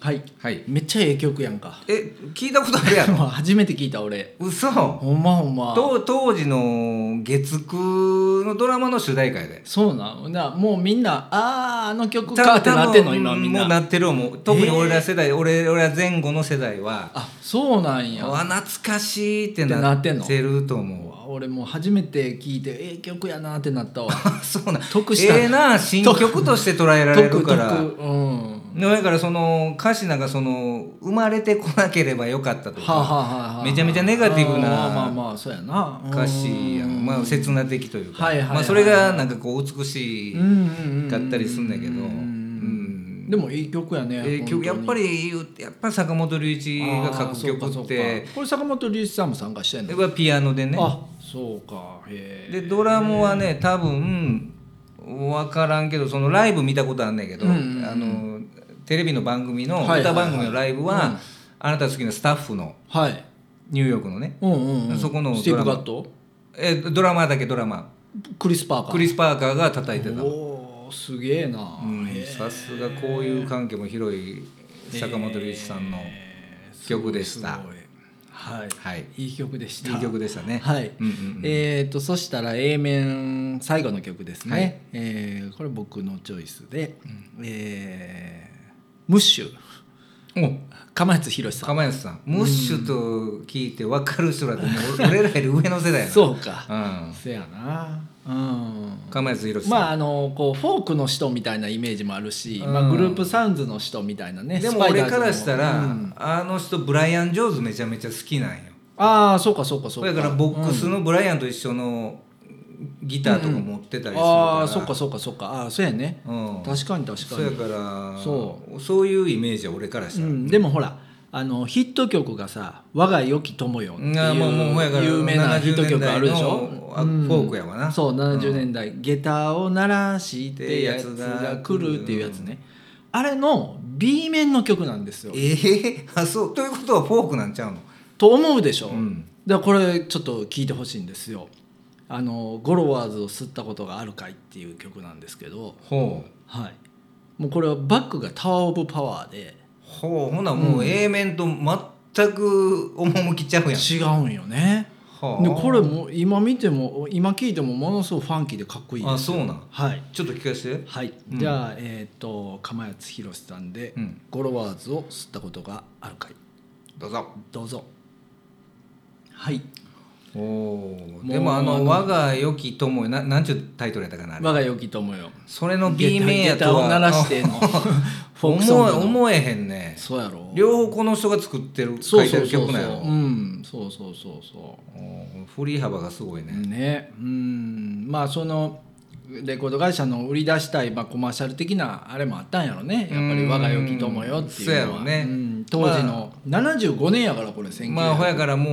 S2: はい
S1: はい
S2: めっちゃええ曲やんか
S1: え聞いたことあ るやろ
S2: 初めて聞いた俺
S1: 嘘
S2: ほんまほんま
S1: 当当時の月9のドラマの主題歌やで
S2: そうなんなもうみんなあああの曲かってなってんの今みん
S1: もう
S2: な
S1: なってるもう特に俺ら世代、俺俺ら前後の世代は
S2: あそうなんや
S1: あ懐かしいって
S2: ってな
S1: な
S2: っ
S1: ってて
S2: んの
S1: ると思うわ
S2: 俺もう初めて聞いてええ曲やなってなったわ
S1: そうなん
S2: 得した
S1: ええな新曲として捉えられるから
S2: 特特うん
S1: ねだからその歌詞なんかその生まれてこなければよかったと
S2: はあ、は
S1: か
S2: あはあはあ、
S1: めちゃめちゃネガティブな
S2: あーまあまあそうやな
S1: 歌詞やん、まあ、切な的というか、
S2: はいはいはい
S1: まあ、それがなんかこう美し
S2: うんうんうんうん
S1: かったりすんだけど、う
S2: うん
S1: ん
S2: でもいい曲やね、
S1: えー曲やっぱ
S2: り
S1: り言うやっぱ坂本龍一が書く曲って
S2: これ坂本龍一さんも参加してん
S1: や
S2: の
S1: っぱピアノでね
S2: あそうかへえ
S1: でドラムはね多分分からんけどそのライブ見たことあんねんけど、
S2: うんうんうん
S1: あのテレビの番組の
S2: はいはいはい
S1: 歌番組のライブは,、
S2: うん
S1: あなた好きなスタッフの
S2: はい
S1: ニューヨークのね
S2: うんうん、うん、
S1: そこの
S2: スティーブ・
S1: ド
S2: ガ
S1: ラマ
S2: ット
S1: えドラマーだけドラマ
S2: クリス・パーカー
S1: クリス・パーカーが叩いてたの
S2: おーすげえな、
S1: うん
S2: へえ
S1: さすがこういう関係も広い坂本龍一さんの、
S2: へ
S1: 曲でした
S2: すごいはい、
S1: はい
S2: い、い曲でした
S1: いい曲でしたね
S2: はい、
S1: うんうんうん
S2: えー、とそしたら A 面最後の曲ですね、
S1: はい
S2: えーこれ僕のチョイスで、えームッシュ
S1: お
S2: 釜津宏さん
S1: 釜安さんムッシュと聞いて分かる人だってもう俺らより上の世代やな
S2: そうか、
S1: うん
S2: せやなうん
S1: 釜安宏さん、
S2: まああのこうフォークの人みたいなイメージもあるし、
S1: うん
S2: まあ、グループサウンズの人みたいなね
S1: で
S2: ス
S1: も
S2: パイ
S1: 俺
S2: ダーズ
S1: か
S2: の
S1: らしたら、
S2: うん
S1: あの人ブライアン・ジョーズめちゃめちゃ好きなんよ
S2: ああそうかそうかそうか
S1: だからボックス
S2: うん
S1: のブライアンと一緒のギターとか持ってたりするから、
S2: ああそっかそっかそっかああーそうやね
S1: うん
S2: 確かに確か
S1: そう
S2: に
S1: やから
S2: そ
S1: そういうイメージは俺からした
S2: う
S1: ら、
S2: ん、でもほらあのヒット曲がさ「我が良き友よ」っていう
S1: うんあーもうもうもうやから
S2: 有名なヒット曲あるでし
S1: 70年代
S2: ょ
S1: のあ
S2: うん
S1: フォークやわな
S2: そう70年代「下駄を鳴らしてやつが来る」っていうやつねあれの B 面の曲なんですよ
S1: ええ あそうということはフォークなんちゃうの
S2: と思うでしょ、
S1: うん
S2: だからこれちょっと聞いてほしいんですよあの「ゴロワーズを吸ったことがあるかい」っていう曲なんですけど
S1: ほう
S2: はいもうこれはバックが「タワー・オブ・パワー」で
S1: ほうほなもう A 面と全く趣ちゃうやん、
S2: 違うんよね、
S1: はあ
S2: でこれも今見ても今聞いてもものすごくファンキーでかっこいいで
S1: あ
S2: す
S1: そうなん
S2: はい、
S1: ちょっと聞かせて
S2: はい
S1: うん
S2: じゃあえっ、と釜谷宏さんで、
S1: うん
S2: ゴロワーズを吸ったことがあるかい
S1: どうぞ
S2: どうぞはい
S1: お
S2: も
S1: ー
S2: う
S1: でもあ
S2: あ
S1: の「
S2: の
S1: 我が良き友よ」ななんちゅうタイトルやったかなあれ
S2: 我が良き友よ
S1: それの B 面や
S2: 下駄
S1: と
S2: を
S1: は
S2: 鳴らしてのフォークソン
S1: 思
S2: グ
S1: え
S2: の
S1: 思えへんね
S2: そうやろ
S1: 両方この人が作ってる書
S2: そう
S1: いて
S2: そう
S1: る
S2: そう
S1: 曲
S2: そう
S1: なんやろ
S2: うんそうそうそうそ
S1: おー振り幅がすごいうね、
S2: ねうんまあそのレコード会社の売り出したい、まあ、コマーシャル的なあれもあったんやろねやっぱり
S1: うん
S2: 我が良き友よっていう
S1: そ
S2: のは
S1: うやろね
S2: ん当時の、75年やからこれ1900
S1: まあほやからも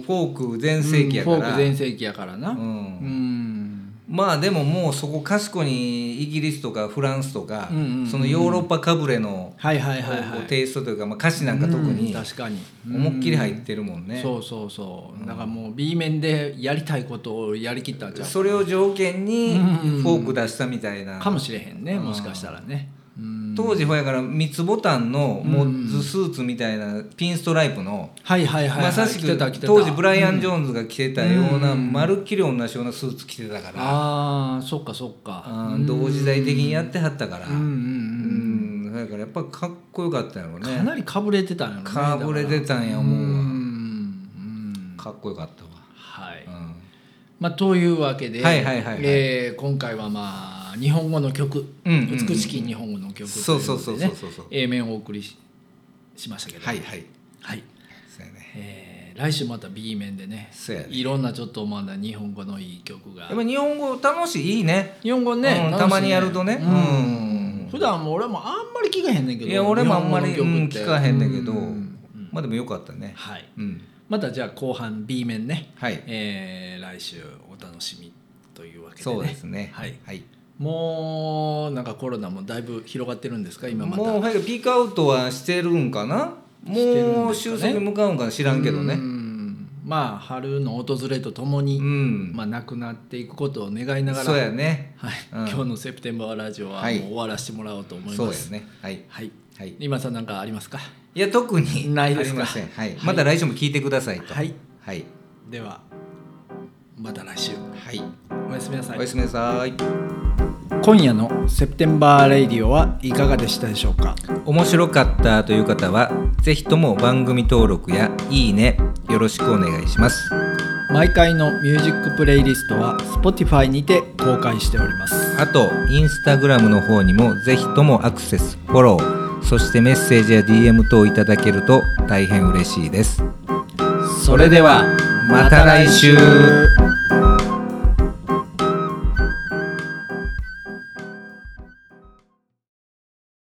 S1: うフォーク全盛期やか
S2: うんフォー
S1: ら、
S2: ク全盛期やからな
S1: う
S2: うんん
S1: まあでももうそこかしこにイギリスとかフランスとか、
S2: うんうんうん
S1: そのヨーロッパかぶれの、
S2: はいはいはいはい
S1: こうテイストというか、まあ、歌詞なんか特
S2: うん
S1: に
S2: 確かに
S1: 思いっきり入ってるもんね、
S2: そうそうそうだからもう B 面でやりたいことをやりきったんじゃん
S1: それを条件に
S2: うん
S1: フォーク出したみたいな、
S2: かもしれへんね
S1: うん
S2: もしかしたらねうん
S1: 当時ほやから三つボタンのモッズスーツみたいなピンストライプの、
S2: はいはいはいはい
S1: まさし
S2: 着て
S1: く
S2: た着てた
S1: 当時ブライアン・
S2: うん
S1: ジョーンズが着てたような、
S2: うん
S1: まるっきり同じようなスーツ着てたから、
S2: ああそっかそっか
S1: あー同時代的にやってはったから、
S2: うんうんうん
S1: うんだからやっぱかっこよかったんやろ
S2: う
S1: うん
S2: か
S1: ね
S2: なりかぶれてたんやろね
S1: かぶれてたんや
S2: う
S1: 思うわ
S2: ん
S1: かっこよかったわ、
S2: はい
S1: うん
S2: まあというわけで
S1: はいはいはいはい
S2: えー今回はまあ日本語の曲
S1: うんうんうん
S2: 美しき日本語の曲
S1: そうそうそう
S2: と
S1: そ
S2: い
S1: う
S2: ことでね
S1: そうそう
S2: A 面をお送りししましたけど
S1: はいはい
S2: はい
S1: そうやね
S2: えー来週また B 面でね
S1: そうやね
S2: いろんなちょっとまだ日本語のいい曲が
S1: やっぱ日本語楽しいいいね
S2: 日本語
S1: うん
S2: ね、
S1: たまにやるとね
S2: う
S1: うんん
S2: 普段も俺もあんまり聞かへんねんけど
S1: いや俺もあんまり、
S2: 日本語
S1: う
S2: の
S1: ん
S2: 曲っ
S1: 聞
S2: て
S1: かへんねんけど、
S2: ううん
S1: まあでもよかったね、
S2: はい
S1: うん、
S2: またじゃあ後半 B 面ね、
S1: はい
S2: えー来週お楽しみというわけで,、ね、
S1: そうですね
S2: はい、
S1: はい、
S2: もうなんかコロナもだいぶ広がってるんですか今また
S1: もう早くピークアウトはしてるんかな
S2: してるん
S1: もう
S2: ですか
S1: 収
S2: ね
S1: 束に向かうんかな知らんけど
S2: う
S1: ね
S2: んまあ春の訪れとともに、
S1: うん、
S2: まあ、なくなっていくことを願いながら、
S1: そう
S2: はい
S1: やねうん
S2: 今日の「セプテンバーラジオ」はも
S1: は
S2: う
S1: い
S2: 終わらせてもらおうと思います、
S1: そうやねはい
S2: はい
S1: はい
S2: 今さんなんかありますか
S1: いや特に
S2: ないです
S1: あ
S2: か
S1: りません、はい
S2: はい
S1: また来週も聞いてくださいと
S2: はい
S1: はい、
S2: ではまた来週
S1: はい
S2: おやすみなさい
S1: おやすみなさい
S2: 今夜の「セプテンバー・レイディオ」はいかがでしたでしょうか
S1: 面白かったという方はぜひとも番組登録やいいねよろしくお願いします
S2: 毎回のミュージックプレイリストは Spotify にて公開しております
S1: あとインスタグラムの方にもぜひともアクセスフォローそしてメッセージや DM 等いただけると大変嬉しいです
S2: それでは
S1: また来週